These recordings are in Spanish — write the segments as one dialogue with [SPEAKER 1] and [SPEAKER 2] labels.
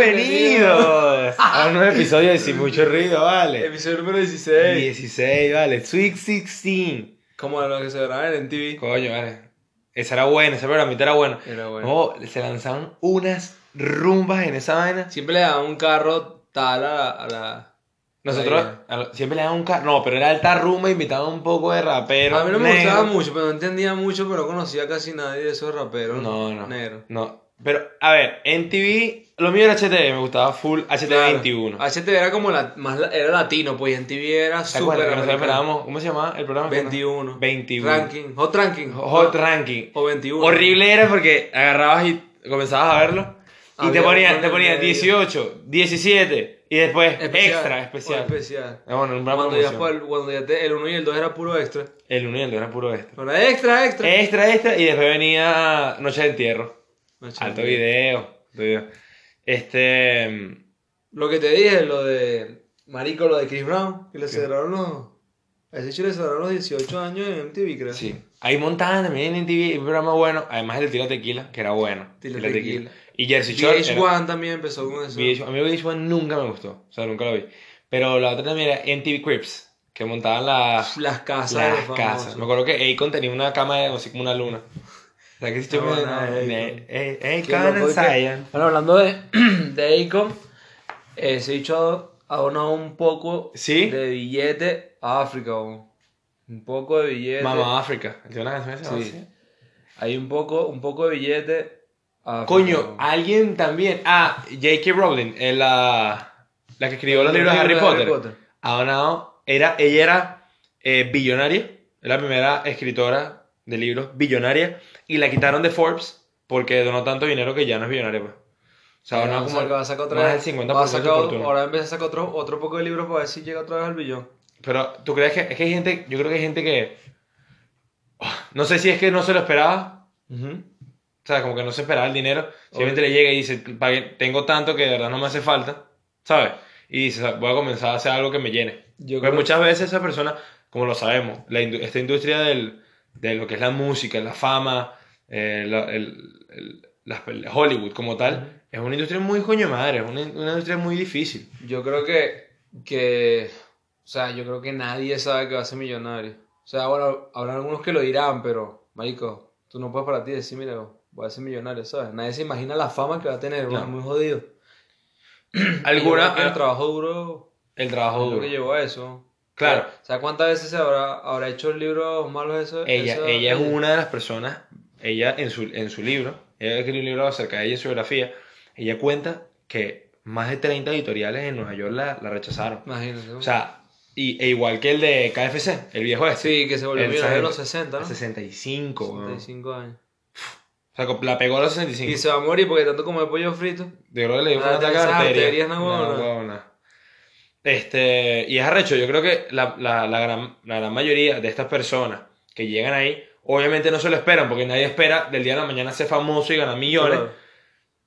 [SPEAKER 1] Bienvenidos a un nuevo episodio de Sin Mucho Ruido, vale.
[SPEAKER 2] Episodio número 16.
[SPEAKER 1] 16, vale. Sweet 16.
[SPEAKER 2] Como lo que se grababan en TV.
[SPEAKER 1] Coño, vale. Esa era buena, esa programita era buena.
[SPEAKER 2] Era bueno.
[SPEAKER 1] No, se lanzaron unas rumbas en esa vaina.
[SPEAKER 2] Siempre le daban un carro tal a la. a la-
[SPEAKER 1] Nosotros
[SPEAKER 2] Ay,
[SPEAKER 1] a lo- siempre le daban un carro. No, pero era alta rumba, invitaba un poco de rapero.
[SPEAKER 2] a mí no me
[SPEAKER 1] negro.
[SPEAKER 2] gustaba mucho, pero no entendía mucho, pero no conocía casi nadie de esos raperos.
[SPEAKER 1] No, no.
[SPEAKER 2] Negros.
[SPEAKER 1] No. Pero, a ver, en TV, lo mío era HTV, me gustaba full HTV21.
[SPEAKER 2] Claro. HTV era como la, más la- era latino, pues y en TV era
[SPEAKER 1] ¿Te acuerdas
[SPEAKER 2] súper.
[SPEAKER 1] que nosotros
[SPEAKER 2] americano.
[SPEAKER 1] esperábamos? ¿Cómo se llamaba el programa?
[SPEAKER 2] 21.
[SPEAKER 1] 21.
[SPEAKER 2] Ranking. Hot Ranking. Ah,
[SPEAKER 1] Hot Ranking.
[SPEAKER 2] O 21.
[SPEAKER 1] Horrible era porque agarrabas y comenzabas a verlo. Y
[SPEAKER 2] Había
[SPEAKER 1] te ponían,
[SPEAKER 2] uno
[SPEAKER 1] te
[SPEAKER 2] en
[SPEAKER 1] ponían
[SPEAKER 2] medio.
[SPEAKER 1] 18, 17 y después extra,
[SPEAKER 2] O
[SPEAKER 1] especial.
[SPEAKER 2] especial.
[SPEAKER 1] Ah, bueno, una
[SPEAKER 2] Cuando ya,
[SPEAKER 1] promoción.
[SPEAKER 2] fue el- cuando ya te- el 1 y el 2 era puro extra.
[SPEAKER 1] El uno y el dos era puro extra.
[SPEAKER 2] Pero era extra, extra.
[SPEAKER 1] Extra, extra, y después venía Noche de Entierro.
[SPEAKER 2] No, chico,
[SPEAKER 1] Alto video. alto video. Este. mm,
[SPEAKER 2] Lo que te dije, lo de Marico, lo de Chris Brown, que le cerraron los. A ese chico le cerraron los 18 años en MTV, creo.
[SPEAKER 1] Sí. Ahí montaban también en TV un programa bueno. Además, el de Tiro Tequila, que era bueno.
[SPEAKER 2] Tiro
[SPEAKER 1] Tiro
[SPEAKER 2] Tequila.
[SPEAKER 1] Y Jersey Shore. era-
[SPEAKER 2] VH1 también empezó con eso.
[SPEAKER 1] VH1. A mí VH1 nunca me gustó. O sea, nunca lo vi. Pero la otra también era MTV Crips, que montaban las,
[SPEAKER 2] Las casas. de los
[SPEAKER 1] las
[SPEAKER 2] famosos.
[SPEAKER 1] casas. Me acuerdo que Akon tenía una cama de- así como una luna. O sea, que si yo me...
[SPEAKER 2] Ah, bueno, Akon.
[SPEAKER 1] Ey,
[SPEAKER 2] Qué loco,
[SPEAKER 1] Akon
[SPEAKER 2] ¿y qué?
[SPEAKER 1] Zion.
[SPEAKER 2] Bueno, hablando de, de Akon, eh, se ha dicho ha donado un poco
[SPEAKER 1] ¿Sí?
[SPEAKER 2] de billete a África. weón. Un poco de billete.
[SPEAKER 1] Mamá África. ¿Tiene una canción Ah, que se llama
[SPEAKER 2] Sí.
[SPEAKER 1] así?
[SPEAKER 2] Hay un poco, un poco de billete a África.
[SPEAKER 1] Coño,
[SPEAKER 2] weón.
[SPEAKER 1] alguien también. Ah, J.K. Rowling, eh, la, la que escribió los libros de Harry Potter. Ha donado. Era, ella era eh, billonaria. Era la primera escritora de libros billonaria. Y la quitaron de Forbes porque donó tanto dinero que ya no es billonaria. Pues. O sea, donó
[SPEAKER 2] Vamos a
[SPEAKER 1] como
[SPEAKER 2] sacar- va a sacar otra
[SPEAKER 1] más
[SPEAKER 2] vez.
[SPEAKER 1] del
[SPEAKER 2] Va a
[SPEAKER 1] 50% de su
[SPEAKER 2] sacar-
[SPEAKER 1] fortuna.
[SPEAKER 2] Ahora empieza a sacar otro, otro poco de libros para ver si llega otra vez al billón.
[SPEAKER 1] Pero, ¿tú crees que, es que hay gente, yo creo que hay gente que... No sé si es que no se lo esperaba. O sea, como que no se esperaba el dinero. Simplemente le llega y dice, "Pagué- tengo tanto que de verdad no me hace falta. ¿Sabes? Y dice, "Sa- voy a comenzar a hacer algo que me llene.
[SPEAKER 2] Yo
[SPEAKER 1] Porque
[SPEAKER 2] creo-
[SPEAKER 1] muchas veces esa persona, como lo sabemos, la indu- esta industria del, de lo que es la música, la fama, eh, la- el- el- las pel- Hollywood como tal, es una industria muy coño de madre, es una, una industria muy difícil.
[SPEAKER 2] Yo creo que, que. O sea, yo creo que nadie sabe que va a ser millonario. O sea, bueno, habrá algunos que lo dirán, pero, marico, tú no puedes para ti decir, mira, voy a ser millonario, ¿sabes? Nadie se imagina la fama que va a tener,
[SPEAKER 1] No.
[SPEAKER 2] bueno, es muy jodido. Yo creo que El
[SPEAKER 1] Alguna, ah,
[SPEAKER 2] trabajo duro
[SPEAKER 1] el trabajo
[SPEAKER 2] es lo
[SPEAKER 1] duro.
[SPEAKER 2] que llevó a eso.
[SPEAKER 1] Claro.
[SPEAKER 2] O sea, ¿cuántas veces se habrá, habrá hecho libros malos eso?
[SPEAKER 1] Ella,
[SPEAKER 2] eso-
[SPEAKER 1] ella es una de las personas, ella en su, en su libro, ella escribió un libro acerca de ella en su biografía, ella cuenta que más de 30 editoriales en Nueva York la, la rechazaron.
[SPEAKER 2] Imagínate.
[SPEAKER 1] O sea, y, e igual que el de KFC, el viejo este.
[SPEAKER 2] sí, que se volvió
[SPEAKER 1] el
[SPEAKER 2] millonario a
[SPEAKER 1] Seinfeld.
[SPEAKER 2] los 60, ¿no?
[SPEAKER 1] 65, weón.
[SPEAKER 2] 65 años.
[SPEAKER 1] O sea, co- la pegó a los
[SPEAKER 2] Y
[SPEAKER 1] 65.
[SPEAKER 2] se va a morir porque tanto como el pollo frito.
[SPEAKER 1] Yo creo que le dio un
[SPEAKER 2] Ah,
[SPEAKER 1] ataque
[SPEAKER 2] esas
[SPEAKER 1] a arteria.
[SPEAKER 2] arterias, no, huevona.
[SPEAKER 1] huevona. Este, y es arrecho, yo creo que la, la, la, gran, la gran mayoría de estas personas que llegan ahí, obviamente no se lo esperan, porque nadie espera del día de la mañana ser famoso y ganar millones.
[SPEAKER 2] Claro.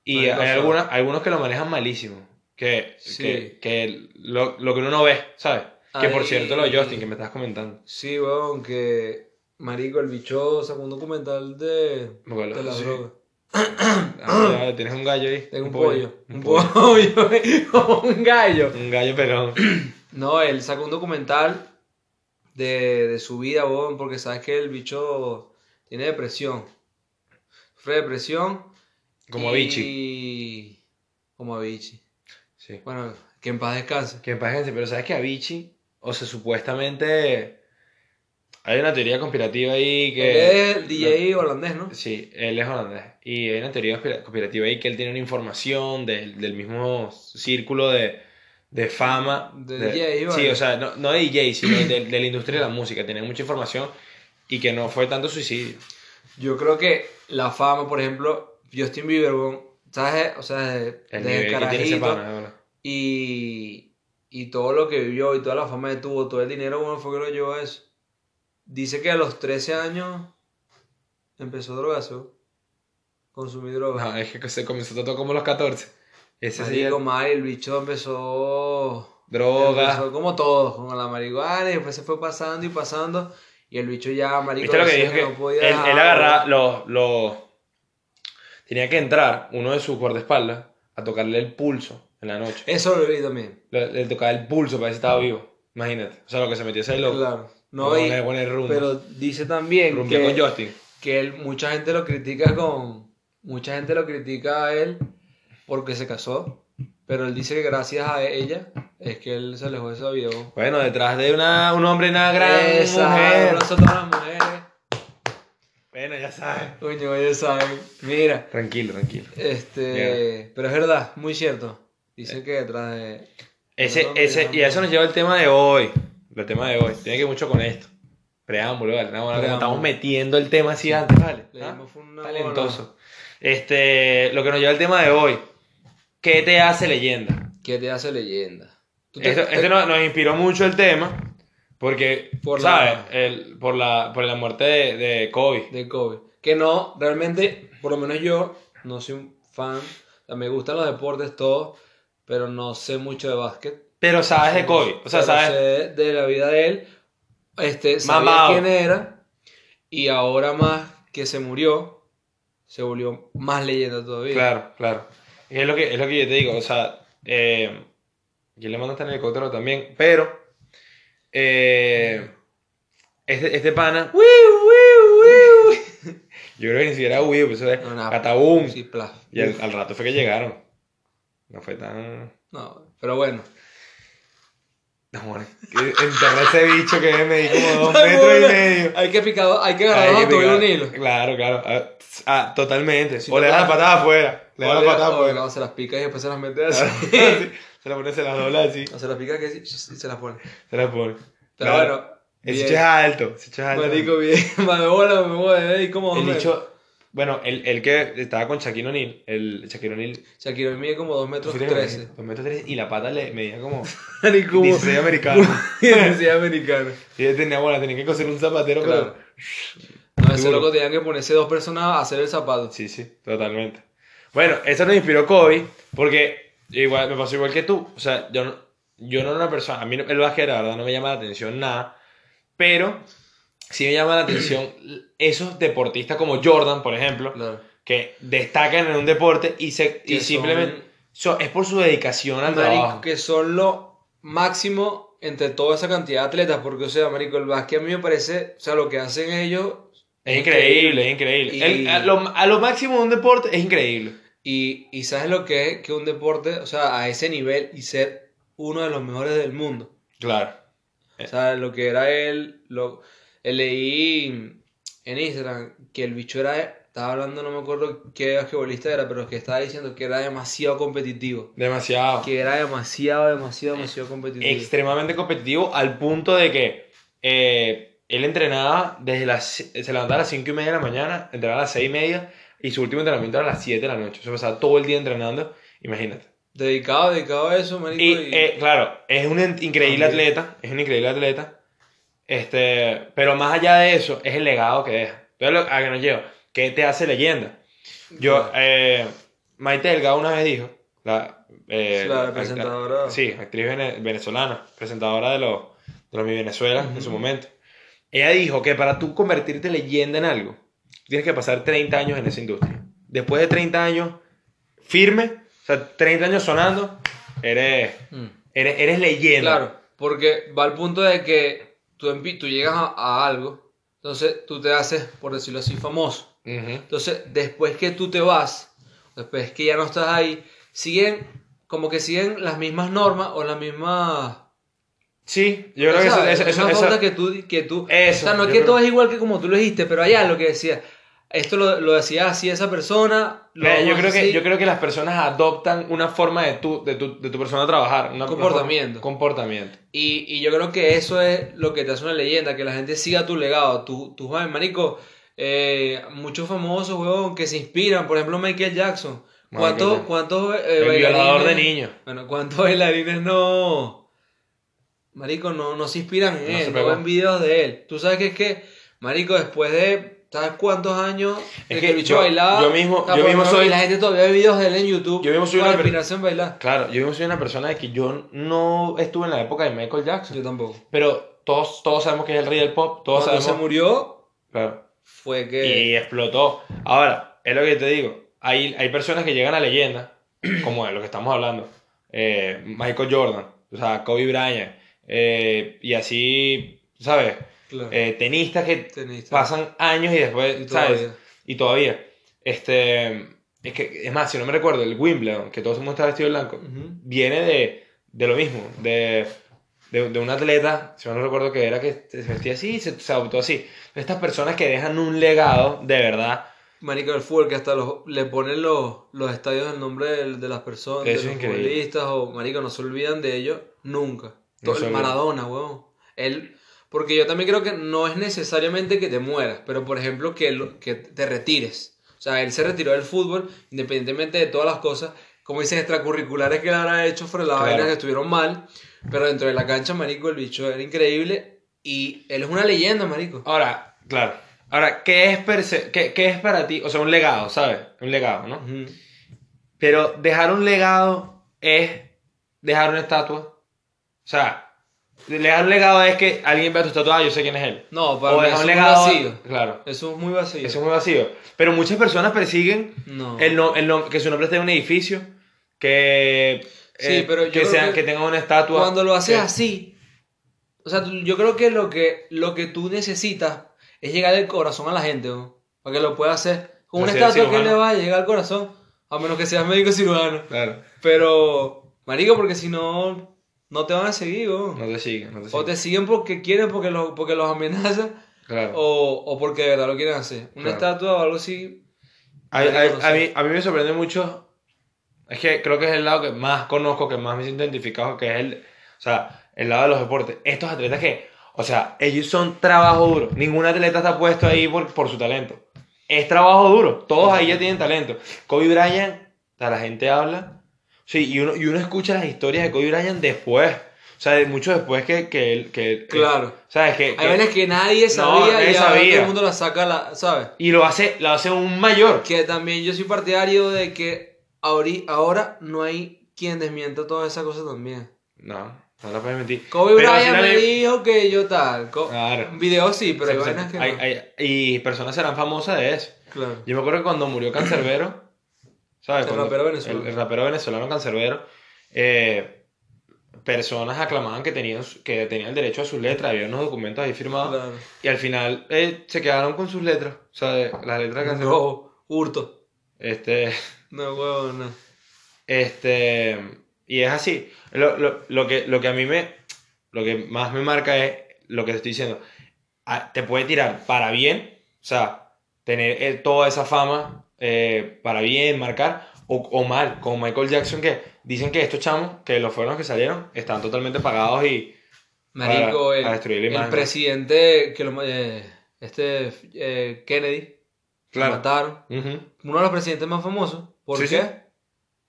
[SPEAKER 1] Y
[SPEAKER 2] Marico,
[SPEAKER 1] hay
[SPEAKER 2] sí.
[SPEAKER 1] algunas, algunos que lo manejan malísimo. Que,
[SPEAKER 2] Sí.
[SPEAKER 1] que, que lo, lo que uno no ve, ¿sabes? Que por
[SPEAKER 2] Ahí-
[SPEAKER 1] cierto, lo de Justin que me estás comentando.
[SPEAKER 2] Sí, weón, que Marico, el bicho sacó un documental de,
[SPEAKER 1] Me acuerdo,
[SPEAKER 2] de las
[SPEAKER 1] sí.
[SPEAKER 2] drogas.
[SPEAKER 1] Ah, ya, tienes un gallo ahí.
[SPEAKER 2] Tengo un pollo.
[SPEAKER 1] Un
[SPEAKER 2] Un
[SPEAKER 1] pollo.
[SPEAKER 2] pollo, como un gallo.
[SPEAKER 1] Un gallo pelón.
[SPEAKER 2] No, él sacó un documental de, de su vida, weón, porque sabes que el bicho tiene depresión. Sufre depresión.
[SPEAKER 1] Como
[SPEAKER 2] y-
[SPEAKER 1] Avicii.
[SPEAKER 2] Como Avicii.
[SPEAKER 1] Sí.
[SPEAKER 2] Bueno, que en paz descanse.
[SPEAKER 1] Que pájense, pero sabes que Avicii, o sea, supuestamente hay una teoría conspirativa ahí que...
[SPEAKER 2] Él es el DJ holandés, ¿no?
[SPEAKER 1] Sí, él es holandés. Y hay una teoría conspira- conspirativa ahí que él tiene una información del, del mismo círculo de, de fama.
[SPEAKER 2] De DJ,
[SPEAKER 1] Sí,
[SPEAKER 2] vale.
[SPEAKER 1] o sea, no, no de DJ, sino de, de la industria de la música. Tenía mucha información y que no fue tanto suicidio.
[SPEAKER 2] Yo creo que la fama, por ejemplo, Justin Bieber, weón, ¿sabes? O sea, desde,
[SPEAKER 1] El
[SPEAKER 2] desde
[SPEAKER 1] nivel que tiene ese
[SPEAKER 2] carajito
[SPEAKER 1] pana, de verdad.
[SPEAKER 2] y, y todo lo que vivió y toda la fama que tuvo, todo el dinero, bueno, fue que lo llevó a eso. Dice que a los 13 años empezó a drogarse, weón. consumir drogas.
[SPEAKER 1] No, es que se comenzó todo como los 14. Ah, Ese sí,
[SPEAKER 2] Marico, mal, el bicho empezó...
[SPEAKER 1] droga.
[SPEAKER 2] Empezó como todos, con la marihuana y después se fue pasando y pasando. Y el bicho ya, marico,
[SPEAKER 1] ¿Viste lo que
[SPEAKER 2] decía
[SPEAKER 1] dijo? Que
[SPEAKER 2] no podía
[SPEAKER 1] él, él
[SPEAKER 2] dejar,
[SPEAKER 1] agarraba los, los- Tenía que entrar uno de sus guardaespaldas a tocarle el pulso en la noche.
[SPEAKER 2] Eso lo vi también.
[SPEAKER 1] Le, le tocaba el pulso para ver si estaba vivo. Imagínate. O sea, lo que se metió ese loco.
[SPEAKER 2] Ah. Claro. No,
[SPEAKER 1] No,
[SPEAKER 2] y-
[SPEAKER 1] le pone rumbo.
[SPEAKER 2] pero dice también
[SPEAKER 1] Rumbió
[SPEAKER 2] que,
[SPEAKER 1] con Justin.
[SPEAKER 2] que él, mucha gente lo critica con... Mucha gente lo critica a él porque se casó, pero él dice que gracias a ella es que él se alejó de esa vida.
[SPEAKER 1] Bueno, detrás de una, un hombre y una gran
[SPEAKER 2] Esa,
[SPEAKER 1] mujer.
[SPEAKER 2] abrazo a todas las mujeres.
[SPEAKER 1] Bueno, ya sabes.
[SPEAKER 2] Coño, ellos saben. Mira,
[SPEAKER 1] Tranquilo, tranquilo.
[SPEAKER 2] este... Pero es verdad, muy cierto.
[SPEAKER 1] Eh.
[SPEAKER 2] Dice que detrás de...
[SPEAKER 1] Ese,
[SPEAKER 2] Perdón,
[SPEAKER 1] ese,
[SPEAKER 2] digamos.
[SPEAKER 1] y a eso nos lleva el tema de hoy. El tema de hoy. Tiene que ver mucho con esto. Preámbulo, ¿vale? No, bueno,
[SPEAKER 2] Preámbulo.
[SPEAKER 1] Estamos metiendo el tema así antes, ¿vale?
[SPEAKER 2] Le
[SPEAKER 1] ¿Ah?
[SPEAKER 2] dimos fue una
[SPEAKER 1] Talentoso. Este, lo que nos lleva el tema de hoy. ¿Qué te hace leyenda?
[SPEAKER 2] ¿Qué te hace leyenda? Tú te-
[SPEAKER 1] Esto-
[SPEAKER 2] te-
[SPEAKER 1] este nos, nos inspiró mucho el tema. Porque,
[SPEAKER 2] Por
[SPEAKER 1] ¿sabes?
[SPEAKER 2] la-
[SPEAKER 1] El- por, la, por la muerte de, de Kobe.
[SPEAKER 2] de Kobe. Que no, realmente, por lo menos yo, no soy un fan. O sea, me gustan los deportes, todos, pero no sé mucho de básquet.
[SPEAKER 1] Pero sabes de Kobe. O sea,
[SPEAKER 2] Pero
[SPEAKER 1] sabes.
[SPEAKER 2] sé de la vida de él. Este, sabía
[SPEAKER 1] Mamado.
[SPEAKER 2] quién era. Y ahora más que se murió, se volvió más leyenda todavía.
[SPEAKER 1] Claro, claro. Y Es lo que, es lo que yo te digo, o sea, eh, yo le mando hasta en helicóptero también, pero eh, este, este pana, wiu, wiu, wiu. yo creo que ni siquiera wiu, pues eso es
[SPEAKER 2] No, nada.
[SPEAKER 1] catabum.
[SPEAKER 2] Sí, plaf.
[SPEAKER 1] Y al, al rato fue que llegaron. No fue tan...
[SPEAKER 2] No, pero bueno.
[SPEAKER 1] No, bueno, que enterré ese bicho que me di como dos metros y medio.
[SPEAKER 2] Hay que picar, hay que agarrar
[SPEAKER 1] Ay,
[SPEAKER 2] dos
[SPEAKER 1] qué picado.
[SPEAKER 2] tubios de un hilo.
[SPEAKER 1] Claro, claro. Ah, ah, totalmente.
[SPEAKER 2] Sí,
[SPEAKER 1] o le das la
[SPEAKER 2] total.
[SPEAKER 1] patada afuera. Le das la
[SPEAKER 2] O-
[SPEAKER 1] patada
[SPEAKER 2] o-
[SPEAKER 1] afuera.
[SPEAKER 2] o se las pica y después se las mete así.
[SPEAKER 1] Claro, sí. Se la pone, se la dobla así.
[SPEAKER 2] O se las pica que sí, y se las pone.
[SPEAKER 1] Se la pone.
[SPEAKER 2] Pero
[SPEAKER 1] Claro.
[SPEAKER 2] bueno.
[SPEAKER 1] El
[SPEAKER 2] bien.
[SPEAKER 1] bicho es alto. El bicho es alto.
[SPEAKER 2] Marico, bien, me bola, me mueve, ¿eh? ¿Y cómo
[SPEAKER 1] el
[SPEAKER 2] hombre?
[SPEAKER 1] bicho. Bueno, el, el que estaba con Shaquille O'Neal. El Shaquille O'Neal.
[SPEAKER 2] Shakira mide como 2 metros
[SPEAKER 1] fue que me-
[SPEAKER 2] 13.
[SPEAKER 1] dos metros tres, y la pata le medía como
[SPEAKER 2] Marico,
[SPEAKER 1] 16 americanos.
[SPEAKER 2] Decía americano.
[SPEAKER 1] y él tenía, bueno, tenía que coser un zapatero,
[SPEAKER 2] Claro.
[SPEAKER 1] pero.
[SPEAKER 2] No, ese
[SPEAKER 1] Duro.
[SPEAKER 2] loco tenían que ponerse dos personas a hacer el zapato.
[SPEAKER 1] Sí, sí, totalmente. Bueno, eso nos inspiró Kobe, porque igual, me pasó igual que tú. O sea, yo no, yo no era una persona. A mí no- el básquet, la verdad, no me llama la atención nada. Pero sí me llama la atención esos deportistas como Jordan, por ejemplo.
[SPEAKER 2] Claro.
[SPEAKER 1] que destacan en un deporte y, se, y
[SPEAKER 2] Que son-
[SPEAKER 1] simplemente so- es por su dedicación al
[SPEAKER 2] Marico,
[SPEAKER 1] trabajo.
[SPEAKER 2] que son lo máximo entre toda esa cantidad de atletas. Porque, o sea, Marico, el básquet a mí me parece, o sea, lo que hacen ellos.
[SPEAKER 1] Es increíble, es increíble.
[SPEAKER 2] Y-
[SPEAKER 1] El- a, lo, a lo máximo de un deporte es increíble.
[SPEAKER 2] Y, y sabes lo que es que un deporte, o sea, a ese nivel y ser uno de los mejores del mundo.
[SPEAKER 1] Claro.
[SPEAKER 2] O sea, lo que era él, lo, eh, leí en Instagram que el bicho era, estaba hablando, no me acuerdo qué basquetbolista era, pero que estaba diciendo que era demasiado competitivo.
[SPEAKER 1] Demasiado.
[SPEAKER 2] Que era demasiado, demasiado, demasiado competitivo.
[SPEAKER 1] Extremadamente competitivo al punto de que eh, él entrenaba desde las... Se levantaba a las 5 y media de la mañana, entrenaba a las 6 y media y su último entrenamiento era a las 7 de la noche. O sea, pasaba todo el día entrenando. Imagínate.
[SPEAKER 2] Dedicado, dedicado a eso, marico.
[SPEAKER 1] Y
[SPEAKER 2] y-
[SPEAKER 1] eh, claro, es un en- increíble
[SPEAKER 2] También.
[SPEAKER 1] atleta, es un increíble atleta. Este, pero más allá de eso, es el legado que deja. Entonces, lo, a que nos llevo, ¿qué te hace leyenda? Yo, eh, Maite Delgado una vez dijo, la, eh,
[SPEAKER 2] Sí, la
[SPEAKER 1] act-
[SPEAKER 2] presentadora.
[SPEAKER 1] sí, actriz vene- venezolana, presentadora de los, de los Mi Venezuela en su momento. Ella dijo que para tú convertirte en leyenda en algo, tienes que pasar 30 años en esa industria. Después de 30 años firme, o sea, 30 años sonando, eres,
[SPEAKER 2] Mm.
[SPEAKER 1] eres, eres leyenda.
[SPEAKER 2] Claro, porque va al punto de que tú, empi- tú llegas a, a algo, entonces tú te haces, por decirlo así, famoso.
[SPEAKER 1] Ujú.
[SPEAKER 2] Entonces, después que tú te vas, después que ya no estás ahí, siguen como que siguen las mismas normas o las mismas...
[SPEAKER 1] Sí, yo creo que
[SPEAKER 2] ¿sabes?
[SPEAKER 1] eso...
[SPEAKER 2] Las
[SPEAKER 1] eso, eso,
[SPEAKER 2] mismas
[SPEAKER 1] eso-
[SPEAKER 2] normas que tú... Que tú
[SPEAKER 1] Eso,
[SPEAKER 2] o sea, no es
[SPEAKER 1] yo
[SPEAKER 2] que
[SPEAKER 1] creo-
[SPEAKER 2] todo es igual que como tú lo dijiste, pero allá lo que decía, esto lo, lo decía así esa persona, lo
[SPEAKER 1] Eh, yo,
[SPEAKER 2] vamos a
[SPEAKER 1] creo que,
[SPEAKER 2] decir.
[SPEAKER 1] yo creo que las personas adoptan una forma de tu, de tu, de tu persona trabajar. Una,
[SPEAKER 2] Comportamiento.
[SPEAKER 1] una forma- comportamiento.
[SPEAKER 2] Y, y yo creo que eso es lo que te hace una leyenda, que la gente siga tu legado, tu, tu joven marico. eh, muchos famosos, huevón, que se inspiran, por ejemplo, Michael Jackson.
[SPEAKER 1] Michael
[SPEAKER 2] ¿Cuántos,
[SPEAKER 1] Jackson.
[SPEAKER 2] cuántos eh,
[SPEAKER 1] El
[SPEAKER 2] bailarines-
[SPEAKER 1] violador de niños.
[SPEAKER 2] Bueno, ¿cuántos bailarines no? Marico, no, no se inspiran en
[SPEAKER 1] No se
[SPEAKER 2] él, no
[SPEAKER 1] pegó.
[SPEAKER 2] ven videos de él. Tú sabes que es que, Marico, después de, ¿sabes cuántos años de
[SPEAKER 1] Es
[SPEAKER 2] que
[SPEAKER 1] que
[SPEAKER 2] el bicho
[SPEAKER 1] yo-
[SPEAKER 2] bailaba?
[SPEAKER 1] yo mismo-
[SPEAKER 2] Ah,
[SPEAKER 1] yo
[SPEAKER 2] por
[SPEAKER 1] mismo
[SPEAKER 2] lo menos,
[SPEAKER 1] soy-
[SPEAKER 2] y la gente todavía ve videos de él en YouTube
[SPEAKER 1] Yo mismo soy
[SPEAKER 2] para
[SPEAKER 1] una per-
[SPEAKER 2] inspirarse en bailar.
[SPEAKER 1] Claro, yo mismo soy una persona de que yo no estuve en la época de Michael Jackson.
[SPEAKER 2] Yo tampoco.
[SPEAKER 1] Pero todos, todos sabemos que es el rey del pop, todos
[SPEAKER 2] Cuando se
[SPEAKER 1] sabemos.
[SPEAKER 2] murió Eh.
[SPEAKER 1] Claro.
[SPEAKER 2] fue que...
[SPEAKER 1] Y explotó. Ahora, es lo que te digo. Hay, hay personas que llegan a leyenda, como de lo que estamos hablando, eh, Michael Jordan, o sea, Kobe Bryant, eh, y así, ¿sabes?
[SPEAKER 2] Claro.
[SPEAKER 1] Eh, tenistas que
[SPEAKER 2] Tenistas.
[SPEAKER 1] pasan años y después,
[SPEAKER 2] Y
[SPEAKER 1] ¿sabes?
[SPEAKER 2] todavía.
[SPEAKER 1] Y todavía. Este, es que, es más, si no me recuerdo, el Wimbledon, que todo el mundo está vestido de blanco,
[SPEAKER 2] Ujú.
[SPEAKER 1] viene de, de lo mismo, de, de, de un atleta, si mal no recuerdo que era que se vestía así y se, se adoptó así. Estas personas que dejan un legado de verdad,
[SPEAKER 2] Marico del fútbol, que hasta los, le ponen los, los estadios en nombre del- de, las personas,
[SPEAKER 1] Eso
[SPEAKER 2] de
[SPEAKER 1] es
[SPEAKER 2] los
[SPEAKER 1] increíble.
[SPEAKER 2] futbolistas, o Marico, no se olvidan de ellos nunca.
[SPEAKER 1] No
[SPEAKER 2] Todo
[SPEAKER 1] se
[SPEAKER 2] el
[SPEAKER 1] olvidan.
[SPEAKER 2] Maradona, weón. Él, porque yo también creo que no es necesariamente que te mueras, pero por ejemplo que, lo- que te retires. O sea, él se retiró del fútbol, independientemente de todas las cosas, como dicen, extracurriculares que él habrá hecho fuera de la
[SPEAKER 1] Claro.
[SPEAKER 2] vaina que estuvieron mal, pero dentro de la cancha, Marico, el bicho era increíble y él es una leyenda, Marico.
[SPEAKER 1] Ahora, claro. Ahora, ¿qué es, perse- qué, qué es para ti? O sea, un legado, ¿sabes? Un legado, ¿no?
[SPEAKER 2] Ujú.
[SPEAKER 1] Pero dejar un legado es dejar una estatua. O sea, dejar un legado es que alguien vea tu estatua, ah, yo sé quién es él.
[SPEAKER 2] No, para
[SPEAKER 1] O
[SPEAKER 2] mí
[SPEAKER 1] dejar
[SPEAKER 2] eso
[SPEAKER 1] un
[SPEAKER 2] es muy
[SPEAKER 1] legado.
[SPEAKER 2] vacío.
[SPEAKER 1] Claro.
[SPEAKER 2] Eso es muy vacío.
[SPEAKER 1] Eso es muy vacío. Pero muchas personas persiguen
[SPEAKER 2] No.
[SPEAKER 1] el no, el no- que su nombre esté en un edificio, que, eh,
[SPEAKER 2] Sí, pero yo
[SPEAKER 1] que,
[SPEAKER 2] creo
[SPEAKER 1] sean, que...
[SPEAKER 2] que
[SPEAKER 1] tengan una estatua.
[SPEAKER 2] Cuando lo haces
[SPEAKER 1] que-
[SPEAKER 2] así, o sea, tú- yo creo que lo que lo que tú necesitas es llegar del corazón a la gente, ¿no? para que lo puedas hacer con
[SPEAKER 1] No
[SPEAKER 2] una
[SPEAKER 1] seas
[SPEAKER 2] estatua que
[SPEAKER 1] cirujano.
[SPEAKER 2] le va a llegar al corazón, a menos que seas médico cirujano.
[SPEAKER 1] Claro.
[SPEAKER 2] Pero, marico, porque si no no te van a seguir, ¿no?
[SPEAKER 1] No te siguen, no te
[SPEAKER 2] o
[SPEAKER 1] siguen.
[SPEAKER 2] te siguen porque quieren, porque los porque los amenazan
[SPEAKER 1] Claro.
[SPEAKER 2] o, o porque de verdad lo quieren hacer. Una
[SPEAKER 1] Claro.
[SPEAKER 2] estatua o algo así.
[SPEAKER 1] A, a- a
[SPEAKER 2] reconocer.
[SPEAKER 1] mí, a mí me sorprende mucho. Es que creo que es el lado que más conozco, que más me siento identificado, que es el, o sea, el lado de los deportes. Estos atletas que, o sea, ellos son trabajo duro. Ningún atleta está puesto ahí por, por su talento. Es trabajo duro. Todos ahí ya tienen talento. Kobe Bryant, o sea, la gente habla. Sí, y uno, y uno escucha las historias de Kobe Bryant después. O sea, de mucho después que, que él. Que, él-
[SPEAKER 2] Claro.
[SPEAKER 1] ¿Sabes? Que,
[SPEAKER 2] Hay
[SPEAKER 1] que-
[SPEAKER 2] veces que nadie sabía
[SPEAKER 1] nadie
[SPEAKER 2] y ahora
[SPEAKER 1] sabía.
[SPEAKER 2] todo el mundo la saca, la, ¿sabes?
[SPEAKER 1] y lo hace, lo hace un mayor.
[SPEAKER 2] Que también yo soy partidario de que ahori- ahora no hay quien desmienta toda esa cosa también.
[SPEAKER 1] No, no lo puedes mentir.
[SPEAKER 2] Kobe
[SPEAKER 1] Pero
[SPEAKER 2] Bryant
[SPEAKER 1] si la
[SPEAKER 2] me
[SPEAKER 1] ley-
[SPEAKER 2] dijo que yo tal. Co-
[SPEAKER 1] Claro.
[SPEAKER 2] Video sí, pero hay
[SPEAKER 1] Ah, Sí,
[SPEAKER 2] vainas
[SPEAKER 1] sí.
[SPEAKER 2] que
[SPEAKER 1] Hay-
[SPEAKER 2] no.
[SPEAKER 1] hay- y personas serán famosas de eso.
[SPEAKER 2] Claro.
[SPEAKER 1] Yo me acuerdo que cuando murió Cancerbero, ¿sabes?
[SPEAKER 2] El
[SPEAKER 1] Cuando-
[SPEAKER 2] rapero venezolano.
[SPEAKER 1] El, el rapero venezolano Cancerbero, eh, personas aclamaban que tenían, su- que tenían el derecho a sus letras, había unos documentos ahí firmados,
[SPEAKER 2] Claro.
[SPEAKER 1] y al final eh, se quedaron con sus letras, o sea, de- las letras de Cancerbero.
[SPEAKER 2] Robo, hurto.
[SPEAKER 1] Este,
[SPEAKER 2] No, huevo, no.
[SPEAKER 1] este, y es así. Lo, lo- lo que, lo que a mí me, lo que más me marca es lo que te estoy diciendo. Ah, Te puede tirar para bien, o sea, tener eh, toda esa fama eh, para bien, marcar, o, o mal, como Michael Jackson, que dicen que estos chamos, que los fueron los que salieron, están totalmente pagados y...
[SPEAKER 2] Marico,
[SPEAKER 1] Para-
[SPEAKER 2] el,
[SPEAKER 1] para destruir la
[SPEAKER 2] el
[SPEAKER 1] imagen.
[SPEAKER 2] presidente que lo ma- eh, este eh, Kennedy lo mataron.
[SPEAKER 1] Ujú.
[SPEAKER 2] Uno de los presidentes más famosos. ¿Por
[SPEAKER 1] Sí,
[SPEAKER 2] qué?
[SPEAKER 1] sí.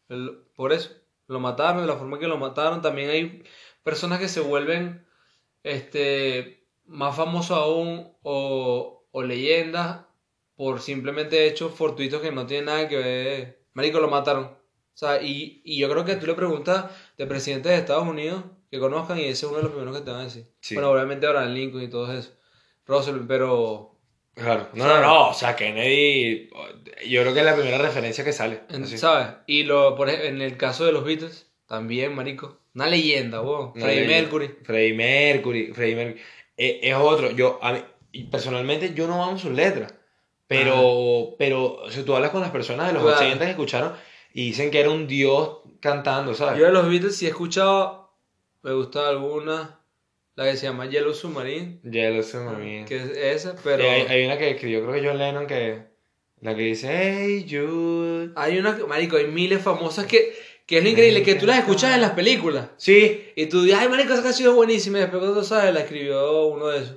[SPEAKER 2] El- por eso. Lo mataron, de la forma que lo mataron. También hay personas que se vuelven este, más famosos aún o, o leyendas por simplemente hechos fortuitos que no tienen nada que ver. Marico, lo mataron. O sea, y, y yo creo que tú le preguntas de presidentes de Estados Unidos que conozcan y ese es uno de los primeros que te van a decir.
[SPEAKER 1] Sí.
[SPEAKER 2] Bueno, obviamente Abraham Lincoln y todo eso. Roosevelt, pero...
[SPEAKER 1] Claro. No, no, no, o sea, Kennedy, yo creo que es la primera referencia que sale.
[SPEAKER 2] En-
[SPEAKER 1] así.
[SPEAKER 2] ¿Sabes? Y lo, por ej- en el caso de los Beatles, también, marico. Una leyenda,
[SPEAKER 1] Una
[SPEAKER 2] wow. Freddie
[SPEAKER 1] leyenda.
[SPEAKER 2] Mercury.
[SPEAKER 1] Freddie Mercury, Freddie Mercury. Eh, es otro. Yo, a mí- y personalmente, yo no amo sus letras. Pero, pero si tú hablas con las personas de los
[SPEAKER 2] Claro.
[SPEAKER 1] 80 que escucharon y dicen que era un dios cantando, ¿sabes?
[SPEAKER 2] Yo de los Beatles sí he escuchado, me gusta alguna, la que se llama Yellow Submarine,
[SPEAKER 1] Ya lo sé, mami.
[SPEAKER 2] que es esa, pero
[SPEAKER 1] Eh, hay, hay una que escribió, creo que John Lennon, que la que dice, hey Jude.
[SPEAKER 2] hay una, que- marico, hay miles famosas que, que es lo increíble, que tú las escuchas en las películas.
[SPEAKER 1] Sí,
[SPEAKER 2] Y tú dices, ay, marico, esa canción es buenísima, y después cuando tú sabes, la escribió uno de esos.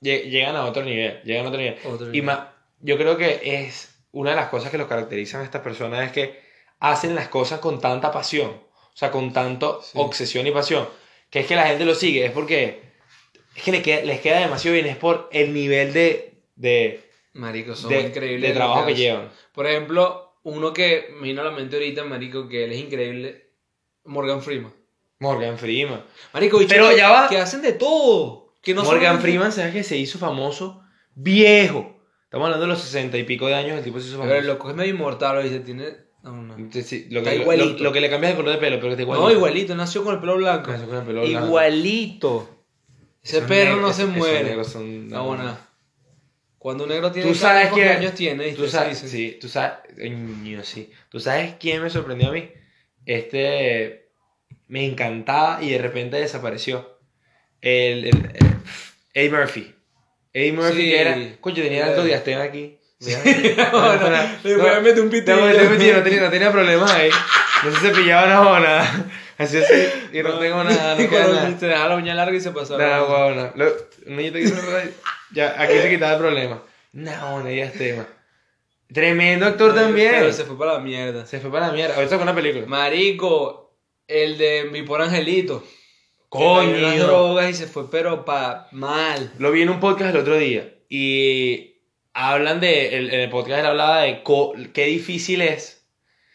[SPEAKER 1] lle- llegan a otro nivel, llegan a otro nivel.
[SPEAKER 2] Otro
[SPEAKER 1] Y
[SPEAKER 2] nivel.
[SPEAKER 1] más, yo creo que es una de las cosas que los caracterizan a estas personas es que hacen las cosas con tanta pasión, o sea, con tanto
[SPEAKER 2] Sí.
[SPEAKER 1] obsesión y pasión, que es que la gente lo sigue, es porque es que le queda- les queda demasiado bien, es por el nivel de, de,
[SPEAKER 2] Marico, son
[SPEAKER 1] de-
[SPEAKER 2] increíbles.
[SPEAKER 1] de
[SPEAKER 2] lo
[SPEAKER 1] trabajo que
[SPEAKER 2] hacen.
[SPEAKER 1] llevan.
[SPEAKER 2] Por ejemplo, uno que me vino a la mente ahorita, marico, que él es increíble, Morgan Freeman.
[SPEAKER 1] Morgan Freeman.
[SPEAKER 2] Marico, bicho,
[SPEAKER 1] Pero
[SPEAKER 2] que,
[SPEAKER 1] ya va.
[SPEAKER 2] que hacen de todo. Que no
[SPEAKER 1] Morgan
[SPEAKER 2] solamente-
[SPEAKER 1] Freeman, ¿sabes que se hizo famoso? Viejo. Estamos hablando de los sesenta y pico de años, el tipo se hizo
[SPEAKER 2] Pero el
[SPEAKER 1] famoso.
[SPEAKER 2] loco es medio inmortal, ¿viste? Tiene No, no.
[SPEAKER 1] Entonces, sí, lo, que,
[SPEAKER 2] Está
[SPEAKER 1] lo-
[SPEAKER 2] igualito.
[SPEAKER 1] lo que le cambias de color de pelo, pero que está igualito.
[SPEAKER 2] No, igualito, nació con el pelo blanco.
[SPEAKER 1] Nació con el pelo blanco.
[SPEAKER 2] Igualito. Ese
[SPEAKER 1] Esos
[SPEAKER 2] perro
[SPEAKER 1] negros-
[SPEAKER 2] no se
[SPEAKER 1] esos
[SPEAKER 2] muere.
[SPEAKER 1] negros son-
[SPEAKER 2] No, bueno. Cuando un negro tiene
[SPEAKER 1] Tú sabes
[SPEAKER 2] que
[SPEAKER 1] que
[SPEAKER 2] años tiene, ¿viste?
[SPEAKER 1] Tú sabes,
[SPEAKER 2] Eso dicen.
[SPEAKER 1] sí, tú sabes, ño, sí. Tú sabes quién me sorprendió a mí. Este me encantaba y de repente desapareció. El, el, el- A. Murphy. A. Murphy
[SPEAKER 2] Sí.
[SPEAKER 1] que era, coño, tenía alto
[SPEAKER 2] Sí.
[SPEAKER 1] diastema aquí.
[SPEAKER 2] Bueno, le voy a meter un
[SPEAKER 1] No,
[SPEAKER 2] pitillo.
[SPEAKER 1] no, no, mentira, no tenía, no tenía problemas ahí. No se cepillaba nada o nada. Así así, y no, tengo nada, no
[SPEAKER 2] Y
[SPEAKER 1] queda
[SPEAKER 2] cuando
[SPEAKER 1] nada.
[SPEAKER 2] Te deja la uña larga y se pasó.
[SPEAKER 1] Nada, guau, no. Lo- un niñito que hizo radio- Ya, aquí se quitaba el problema. No, no digas tema. Tremendo actor también.
[SPEAKER 2] Pero
[SPEAKER 1] se,
[SPEAKER 2] se fue para la mierda.
[SPEAKER 1] fue para la mierda. Ahorita con una película.
[SPEAKER 2] Marico, el de mi por angelito.
[SPEAKER 1] Coño.
[SPEAKER 2] Que cayó en las drogas y se fue, pero pa mal.
[SPEAKER 1] Lo vi en un podcast el otro día. Y hablan de. el- En el podcast él hablaba de co- qué difícil es.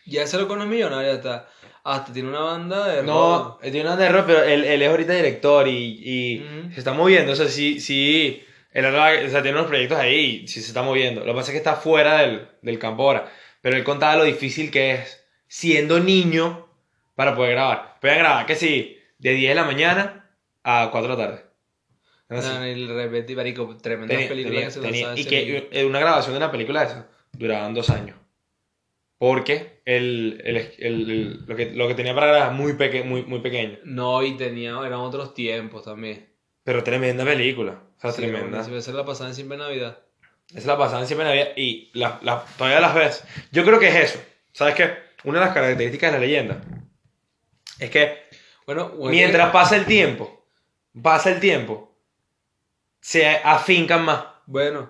[SPEAKER 2] Ya se lo conoce millonario hasta. Hasta tiene una banda de
[SPEAKER 1] No,
[SPEAKER 2] rock.
[SPEAKER 1] tiene un error, pero él, él es ahorita director y, y
[SPEAKER 2] Ujú.
[SPEAKER 1] se está moviendo. O sea, sí, sí. Él hablaba- o sea, tiene unos proyectos ahí y sí se está moviendo. Lo que pasa es que está fuera del, del campo ahora. Pero él contaba lo difícil que es siendo niño para poder grabar. Pueden grabar, que sí, de 10 de la mañana a 4 de la tarde. Era así.
[SPEAKER 2] No, el repetí, marico, tremendas
[SPEAKER 1] Tenía-
[SPEAKER 2] películas que se
[SPEAKER 1] tenía-
[SPEAKER 2] lanzaba
[SPEAKER 1] y
[SPEAKER 2] ese
[SPEAKER 1] que
[SPEAKER 2] niño.
[SPEAKER 1] eh, una grabación de una película de esa duraban dos años. Porque el, el, el- el- lo, que, lo que tenía para grabar muy, peque, muy, muy pequeño.
[SPEAKER 2] No, y tenía, eran otros tiempos también.
[SPEAKER 1] Pero tremenda película. O sea,
[SPEAKER 2] Sí,
[SPEAKER 1] tremenda.
[SPEAKER 2] bueno, Si ves la pasada en Siempre Navidad.
[SPEAKER 1] Esa la pasaban siempre en la vida y la- la- todavía las ves. Yo creo que es eso. ¿Sabes qué? Una de las características de la leyenda es que
[SPEAKER 2] Bueno, bueno,
[SPEAKER 1] mientras pasa el tiempo, pasa el tiempo, se afincan más.
[SPEAKER 2] Bueno,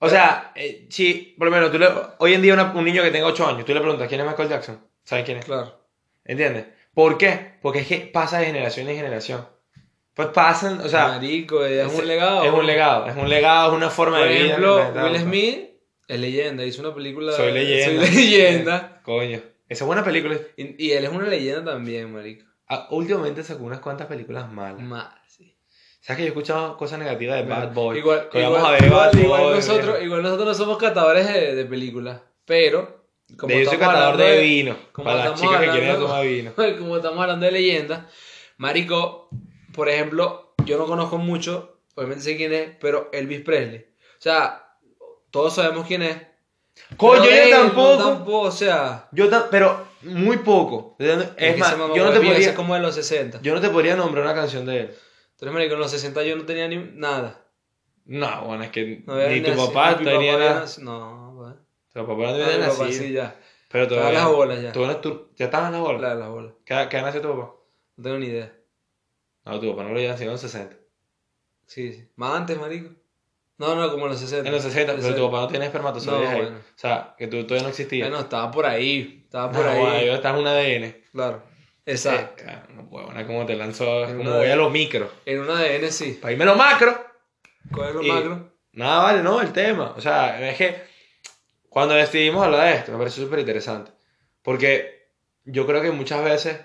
[SPEAKER 1] O sea, eh, sí, por lo menos tú le- hoy en día una- un niño que tenga 8 años, tú le preguntas quién es Michael Jackson, ¿sabes quién es?
[SPEAKER 2] claro.
[SPEAKER 1] ¿Entiendes? ¿Por qué? Porque es que pasa de generación en generación. Pues pasan, o sea,
[SPEAKER 2] marico, es,
[SPEAKER 1] ese-
[SPEAKER 2] un legado.
[SPEAKER 1] Es un legado, es un legado, es una forma
[SPEAKER 2] Por
[SPEAKER 1] de vida.
[SPEAKER 2] ejemplo,
[SPEAKER 1] que la
[SPEAKER 2] Will
[SPEAKER 1] gente
[SPEAKER 2] Smith es leyenda, hizo una película.
[SPEAKER 1] Soy leyenda.
[SPEAKER 2] Soy leyenda.
[SPEAKER 1] adopta. Coño, esa es buena película.
[SPEAKER 2] Y, y él es una leyenda también, marico.
[SPEAKER 1] Ah, últimamente sacó unas cuantas películas malas.
[SPEAKER 2] Más, sí.
[SPEAKER 1] ¿Sabes que yo he escuchado cosas negativas de Bad Boy?
[SPEAKER 2] Igual,
[SPEAKER 1] Que
[SPEAKER 2] igual,
[SPEAKER 1] vamos a ver
[SPEAKER 2] igual-
[SPEAKER 1] Bad
[SPEAKER 2] igual
[SPEAKER 1] Boy,
[SPEAKER 2] nosotros,
[SPEAKER 1] mierda.
[SPEAKER 2] igual nosotros no somos catadores de, de películas, pero como
[SPEAKER 1] de yo soy
[SPEAKER 2] estamos
[SPEAKER 1] catador
[SPEAKER 2] hablando
[SPEAKER 1] de vino.
[SPEAKER 2] como
[SPEAKER 1] Para las
[SPEAKER 2] estamos
[SPEAKER 1] chicas que quieren
[SPEAKER 2] hablando-
[SPEAKER 1] tomar vino.
[SPEAKER 2] como estamos hablando de leyendas, marico, por ejemplo, yo no conozco mucho, obviamente sé quién es, pero Elvis Presley. O sea, todos sabemos quién es.
[SPEAKER 1] Coño,
[SPEAKER 2] pero
[SPEAKER 1] yo
[SPEAKER 2] él no
[SPEAKER 1] tampoco.
[SPEAKER 2] tampoco, o sea,
[SPEAKER 1] Yo ta- pero muy poco. Es,
[SPEAKER 2] que
[SPEAKER 1] más,
[SPEAKER 2] ese mamá
[SPEAKER 1] yo no, te
[SPEAKER 2] huevía, ese
[SPEAKER 1] podría,
[SPEAKER 2] es como de los 60.
[SPEAKER 1] yo no te podría nombrar una canción de él.
[SPEAKER 2] Entonces, marico, en los 60 yo no tenía ni nada.
[SPEAKER 1] No, bueno, es que
[SPEAKER 2] No había
[SPEAKER 1] ni tu
[SPEAKER 2] nacido,
[SPEAKER 1] papá
[SPEAKER 2] mi
[SPEAKER 1] tenía
[SPEAKER 2] había
[SPEAKER 1] nada.
[SPEAKER 2] nacido- No, bueno.
[SPEAKER 1] Tu papá no
[SPEAKER 2] Ah, mi
[SPEAKER 1] había
[SPEAKER 2] papá
[SPEAKER 1] nacido.
[SPEAKER 2] sí, ya.
[SPEAKER 1] Pero
[SPEAKER 2] Todas
[SPEAKER 1] todavía.
[SPEAKER 2] las bolas ya.
[SPEAKER 1] tú eras- tú- ya estabas en las bolas.
[SPEAKER 2] La de las bolas.
[SPEAKER 1] ¿Qué, qué nació tu papá?
[SPEAKER 2] No tengo ni idea.
[SPEAKER 1] No, tu papá no lo había nacido en los 60.
[SPEAKER 2] Sí, sí. Más antes, marico. No, no, como en los 60.
[SPEAKER 1] En los 60, pero tu
[SPEAKER 2] Eso-
[SPEAKER 1] papá no tiene espermatozoides
[SPEAKER 2] No,
[SPEAKER 1] ahí.
[SPEAKER 2] bueno.
[SPEAKER 1] O sea, que tú todavía no existías.
[SPEAKER 2] Bueno, estaba por ahí. Estaba por
[SPEAKER 1] No,
[SPEAKER 2] ahí.
[SPEAKER 1] guay, estás en un ADN.
[SPEAKER 2] Claro. Exacto.
[SPEAKER 1] Eh, ah, no, huevona, como te lanzó.
[SPEAKER 2] En
[SPEAKER 1] Como
[SPEAKER 2] un
[SPEAKER 1] voy a
[SPEAKER 2] ADN.
[SPEAKER 1] los micro.
[SPEAKER 2] En una ADN sí.
[SPEAKER 1] Para irme a los macro.
[SPEAKER 2] ¿Cuál es lo
[SPEAKER 1] Y-
[SPEAKER 2] macro?
[SPEAKER 1] Nada, vale, no, el tema. O sea, es que cuando decidimos hablar de esto, me pareció súper interesante. Porque yo creo que muchas veces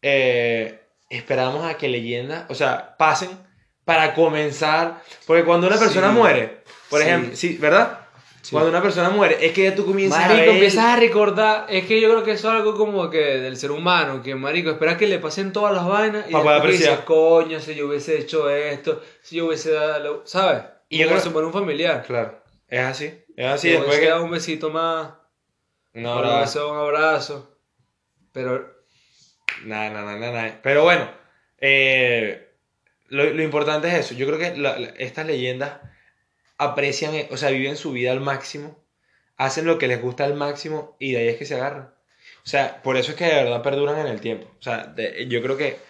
[SPEAKER 1] eh, esperamos a que leyendas, o sea, pasen para comenzar. Porque cuando una persona
[SPEAKER 2] Sí.
[SPEAKER 1] muere, por
[SPEAKER 2] Sí.
[SPEAKER 1] ejemplo, sí, ¿verdad?
[SPEAKER 2] Sí.
[SPEAKER 1] Cuando una persona muere, es que ya tú comienzas a
[SPEAKER 2] Marico,
[SPEAKER 1] ver-
[SPEAKER 2] empiezas a recordar. Es que yo creo que eso es algo como que del ser humano. Que, marico, espera que le pasen todas las vainas. Y
[SPEAKER 1] Pa' poder
[SPEAKER 2] después dices,
[SPEAKER 1] apreciar.
[SPEAKER 2] coño, si yo hubiese hecho esto. Si yo hubiese dado. ¿Sabes?
[SPEAKER 1] Y
[SPEAKER 2] Y
[SPEAKER 1] yo
[SPEAKER 2] yo
[SPEAKER 1] creo-
[SPEAKER 2] se muere un familiar.
[SPEAKER 1] Claro, es así, es así.
[SPEAKER 2] Si
[SPEAKER 1] después
[SPEAKER 2] hubiese
[SPEAKER 1] que...
[SPEAKER 2] dado un besito más.
[SPEAKER 1] No,
[SPEAKER 2] Un
[SPEAKER 1] ahora-
[SPEAKER 2] abrazo, un abrazo. Pero
[SPEAKER 1] Nada, nada, nada, nada. Pero bueno, eh, lo, lo importante es eso. Yo creo que la- la- estas leyendas aprecian, eh, o sea, viven su vida al máximo, hacen lo que les gusta al máximo y de ahí es que se agarran. O sea, por eso es que de verdad perduran en el tiempo. O sea, de- yo creo que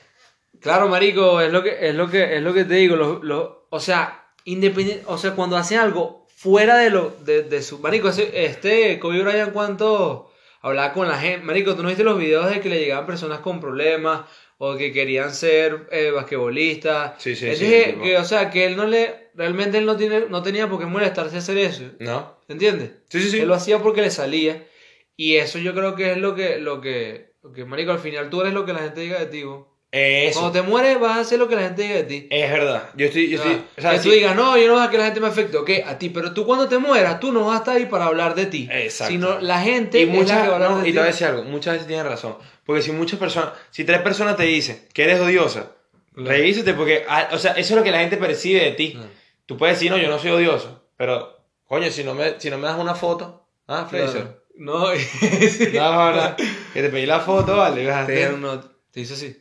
[SPEAKER 2] Claro, marico, es lo que, es lo que, es lo que te digo. Los, los- o sea, independiente, o sea, cuando hacen algo fuera de lo, de, de su. Marico, ese- este Kobe Bryant, ¿cuánto hablaba con la gente? Marico, ¿tú no viste los videos de que le llegaban personas con problemas o que querían ser eh, basquetbolistas?
[SPEAKER 1] Sí, sí,
[SPEAKER 2] Él
[SPEAKER 1] sí,
[SPEAKER 2] dije
[SPEAKER 1] tipo.
[SPEAKER 2] que, o sea, que él no le, realmente él no tiene, no tenía por qué molestarse a hacer eso.
[SPEAKER 1] ¿no?
[SPEAKER 2] ¿Entiendes?
[SPEAKER 1] Sí, sí, sí.
[SPEAKER 2] Él lo hacía porque le salía. Y eso yo creo que es lo que, lo que, lo que, marico, al final tú eres lo que la gente diga de ti, bo.
[SPEAKER 1] Eso.
[SPEAKER 2] Cuando te mueres vas a hacer lo que la gente diga de ti.
[SPEAKER 1] Es verdad. Yo estoy. Yo
[SPEAKER 2] O sea,
[SPEAKER 1] estoy o sea,
[SPEAKER 2] que tú
[SPEAKER 1] sí.
[SPEAKER 2] digas, no, yo no voy a que la gente me afecte, ok, a ti, pero tú cuando te mueras, tú no vas a estar ahí para hablar de ti.
[SPEAKER 1] Exacto.
[SPEAKER 2] Sino la gente
[SPEAKER 1] Y
[SPEAKER 2] "Este es la
[SPEAKER 1] muchas,
[SPEAKER 2] que va a hablar
[SPEAKER 1] no,
[SPEAKER 2] de
[SPEAKER 1] y te voy a
[SPEAKER 2] ti.
[SPEAKER 1] decir algo, muchas veces tienen razón. Porque si muchas personas, si tres personas te dicen que eres odiosa,
[SPEAKER 2] Claro.
[SPEAKER 1] revísate porque, ah, o sea, eso es lo que la gente percibe de ti.
[SPEAKER 2] Claro.
[SPEAKER 1] Tú puedes decir, no, yo no soy odioso, pero, coño, si no me, si no me das una foto, ah, Fraser.
[SPEAKER 2] No, y- sí.
[SPEAKER 1] No, no, que te pedí la foto, vale.
[SPEAKER 2] Te,
[SPEAKER 1] vas
[SPEAKER 2] no, te hizo así.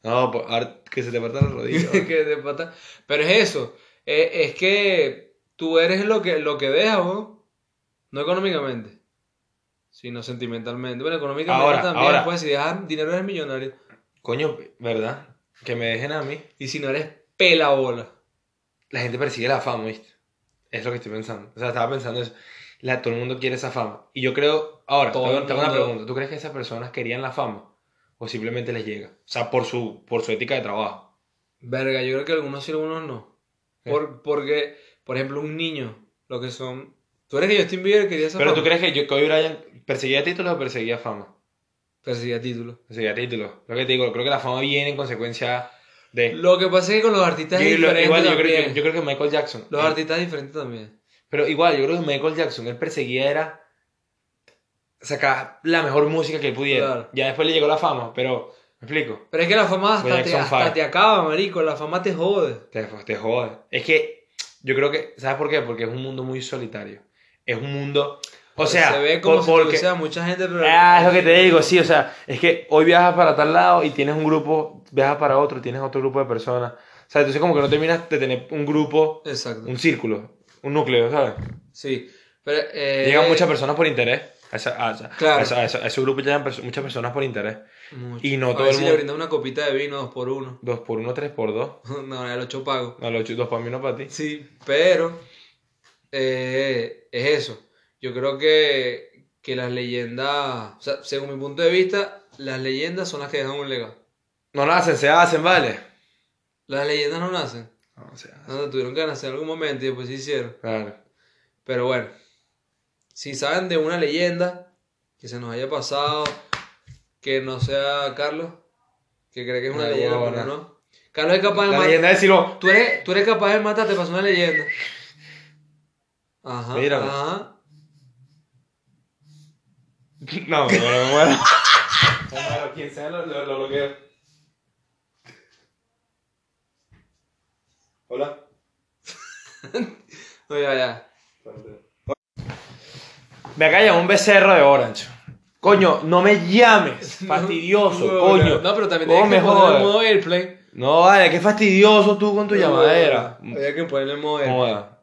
[SPEAKER 1] No, pues, ahora que se te partan los rodillos.
[SPEAKER 2] que de pata. Pero es eso. eh, es que tú eres lo que, lo que dejas, ¿no? No económicamente, sino sentimentalmente. Bueno, económicamente
[SPEAKER 1] Ahora,
[SPEAKER 2] también.
[SPEAKER 1] ahora.
[SPEAKER 2] Pues si dejas dinero eres millonario.
[SPEAKER 1] coño, ¿verdad? Que me dejen a mí.
[SPEAKER 2] Y si no eres pela bola.
[SPEAKER 1] La gente persigue la fama, ¿viste? Es lo que estoy pensando. O sea, estaba pensando eso. La, todo el mundo quiere esa fama. Y yo creo, ahora,
[SPEAKER 2] Todo
[SPEAKER 1] te hago-
[SPEAKER 2] el
[SPEAKER 1] te hago una
[SPEAKER 2] mundo.
[SPEAKER 1] pregunta. ¿Tú crees que esas personas querían la fama? ¿O simplemente les llega? O sea, por su, por su ética de trabajo.
[SPEAKER 2] Verga, yo creo que algunos sí, algunos no.
[SPEAKER 1] ¿Qué?
[SPEAKER 2] Por- porque, por ejemplo, un niño, lo que son. Tú eres que Justin Bieber quería esa
[SPEAKER 1] Pero tú
[SPEAKER 2] fama?
[SPEAKER 1] crees que yo- Kobe Bryant perseguía títulos o perseguía fama?
[SPEAKER 2] Perseguía títulos.
[SPEAKER 1] Perseguía títulos. Lo que te digo, creo que la fama viene en consecuencia de...
[SPEAKER 2] Lo que pasa es que con los artistas es
[SPEAKER 1] Yo- lo-
[SPEAKER 2] diferente.
[SPEAKER 1] igual yo
[SPEAKER 2] también.
[SPEAKER 1] creo, yo- yo creo que Michael Jackson.
[SPEAKER 2] Los
[SPEAKER 1] él-
[SPEAKER 2] artistas es diferente también.
[SPEAKER 1] Pero igual, yo creo que Michael Jackson, él perseguía era sacar la mejor música que él pudiera.
[SPEAKER 2] Claro.
[SPEAKER 1] Ya después le llegó la fama, pero... ¿Me explico?
[SPEAKER 2] Pero es que la fama hasta,
[SPEAKER 1] Michael
[SPEAKER 2] te,
[SPEAKER 1] Jackson
[SPEAKER 2] hasta
[SPEAKER 1] Five.
[SPEAKER 2] te acaba, marico. La fama te jode.
[SPEAKER 1] Te, te jode. Es que yo creo que, ¿sabes por qué? Porque es un mundo muy solitario. Es un mundo, o sea,
[SPEAKER 2] se ve como
[SPEAKER 1] por-
[SPEAKER 2] si
[SPEAKER 1] porque-
[SPEAKER 2] tuviese a mucha gente, pero.
[SPEAKER 1] Ah, es lo que te digo, sí, o sea, es que hoy viajas para tal lado y tienes un grupo, viajas para otro, tienes otro grupo de personas. O sea, entonces como que no terminas de tener un grupo,
[SPEAKER 2] Exacto.
[SPEAKER 1] un círculo, un núcleo, ¿sabes?
[SPEAKER 2] Sí. Pero, eh,
[SPEAKER 1] Llegan muchas personas por interés. A, esa- a esa-
[SPEAKER 2] Claro.
[SPEAKER 1] a esa- a esa- a ese grupo llegan perso- muchas personas por interés.
[SPEAKER 2] mucho.
[SPEAKER 1] y no
[SPEAKER 2] A
[SPEAKER 1] todo
[SPEAKER 2] ver
[SPEAKER 1] el
[SPEAKER 2] si
[SPEAKER 1] mundo-
[SPEAKER 2] le brindas una copita de vino, dos por uno.
[SPEAKER 1] Dos por uno, tres por dos.
[SPEAKER 2] no, el ocho pago.
[SPEAKER 1] No, los ocho- dos para mí, no para ti.
[SPEAKER 2] Sí, pero eh, es eso. Yo creo que, que las leyendas, o sea, según mi punto de vista, las leyendas son las que dejan un legado.
[SPEAKER 1] No nacen, se hacen, ¿vale?
[SPEAKER 2] Las leyendas no nacen.
[SPEAKER 1] No, se hacen.
[SPEAKER 2] No, tuvieron que nacer en algún momento y después se hicieron.
[SPEAKER 1] Claro.
[SPEAKER 2] Pero bueno, si saben de una leyenda que se nos haya pasado, que no sea Carlos, que cree que es una
[SPEAKER 1] Una
[SPEAKER 2] leyenda,
[SPEAKER 1] huevona.
[SPEAKER 2] pero no. Carlos es capaz de
[SPEAKER 1] La
[SPEAKER 2] matar.
[SPEAKER 1] leyenda de Silo.
[SPEAKER 2] Tú eres, tú eres capaz de matarte, pasó una leyenda. Ajá.
[SPEAKER 1] Mira.
[SPEAKER 2] Ajá.
[SPEAKER 1] No, no, no, me muero. Me muero, quien sea lo, lo, lo bloqueo. Hola.
[SPEAKER 2] No, ya, ya.
[SPEAKER 1] Me acaba de llamar un becerro de Orange. Coño, no me llames. Fastidioso,
[SPEAKER 2] No,
[SPEAKER 1] coño.
[SPEAKER 2] No, pero también
[SPEAKER 1] ¿Cómo
[SPEAKER 2] tienes
[SPEAKER 1] me
[SPEAKER 2] que ponerle
[SPEAKER 1] jodas?
[SPEAKER 2] en modo airplay.
[SPEAKER 1] No, vale, qué fastidioso tú con tu llamadera.
[SPEAKER 2] Había que ponerle en modo airplay.
[SPEAKER 1] Joda.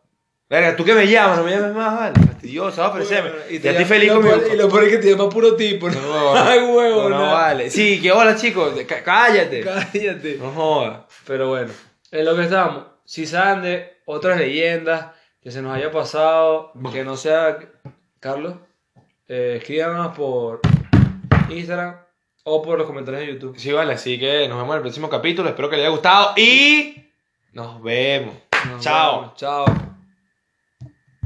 [SPEAKER 1] Verga, tú que me llamas, no me llames más, vale. Fastidioso, va, ofrecerme.
[SPEAKER 2] Y
[SPEAKER 1] Ya
[SPEAKER 2] te
[SPEAKER 1] estoy
[SPEAKER 2] llama-
[SPEAKER 1] feliz
[SPEAKER 2] lo
[SPEAKER 1] con mi
[SPEAKER 2] peor- Y lo peor es que te llama puro tipo.
[SPEAKER 1] No, no,
[SPEAKER 2] Ay, huevo,
[SPEAKER 1] no, no, vale. Sí, que hola, chicos. Cá- Cállate.
[SPEAKER 2] Cállate.
[SPEAKER 1] No jodas.
[SPEAKER 2] Pero bueno, en lo que estábamos. Si saben de otras leyendas que se nos haya pasado, que no sea Carlos, eh, escríbanos por Instagram o por los comentarios de YouTube.
[SPEAKER 1] Sí, vale, así que nos vemos en el próximo capítulo. Espero que les haya gustado y nos vemos.
[SPEAKER 2] Nos
[SPEAKER 1] Chao.
[SPEAKER 2] vemos, Chao.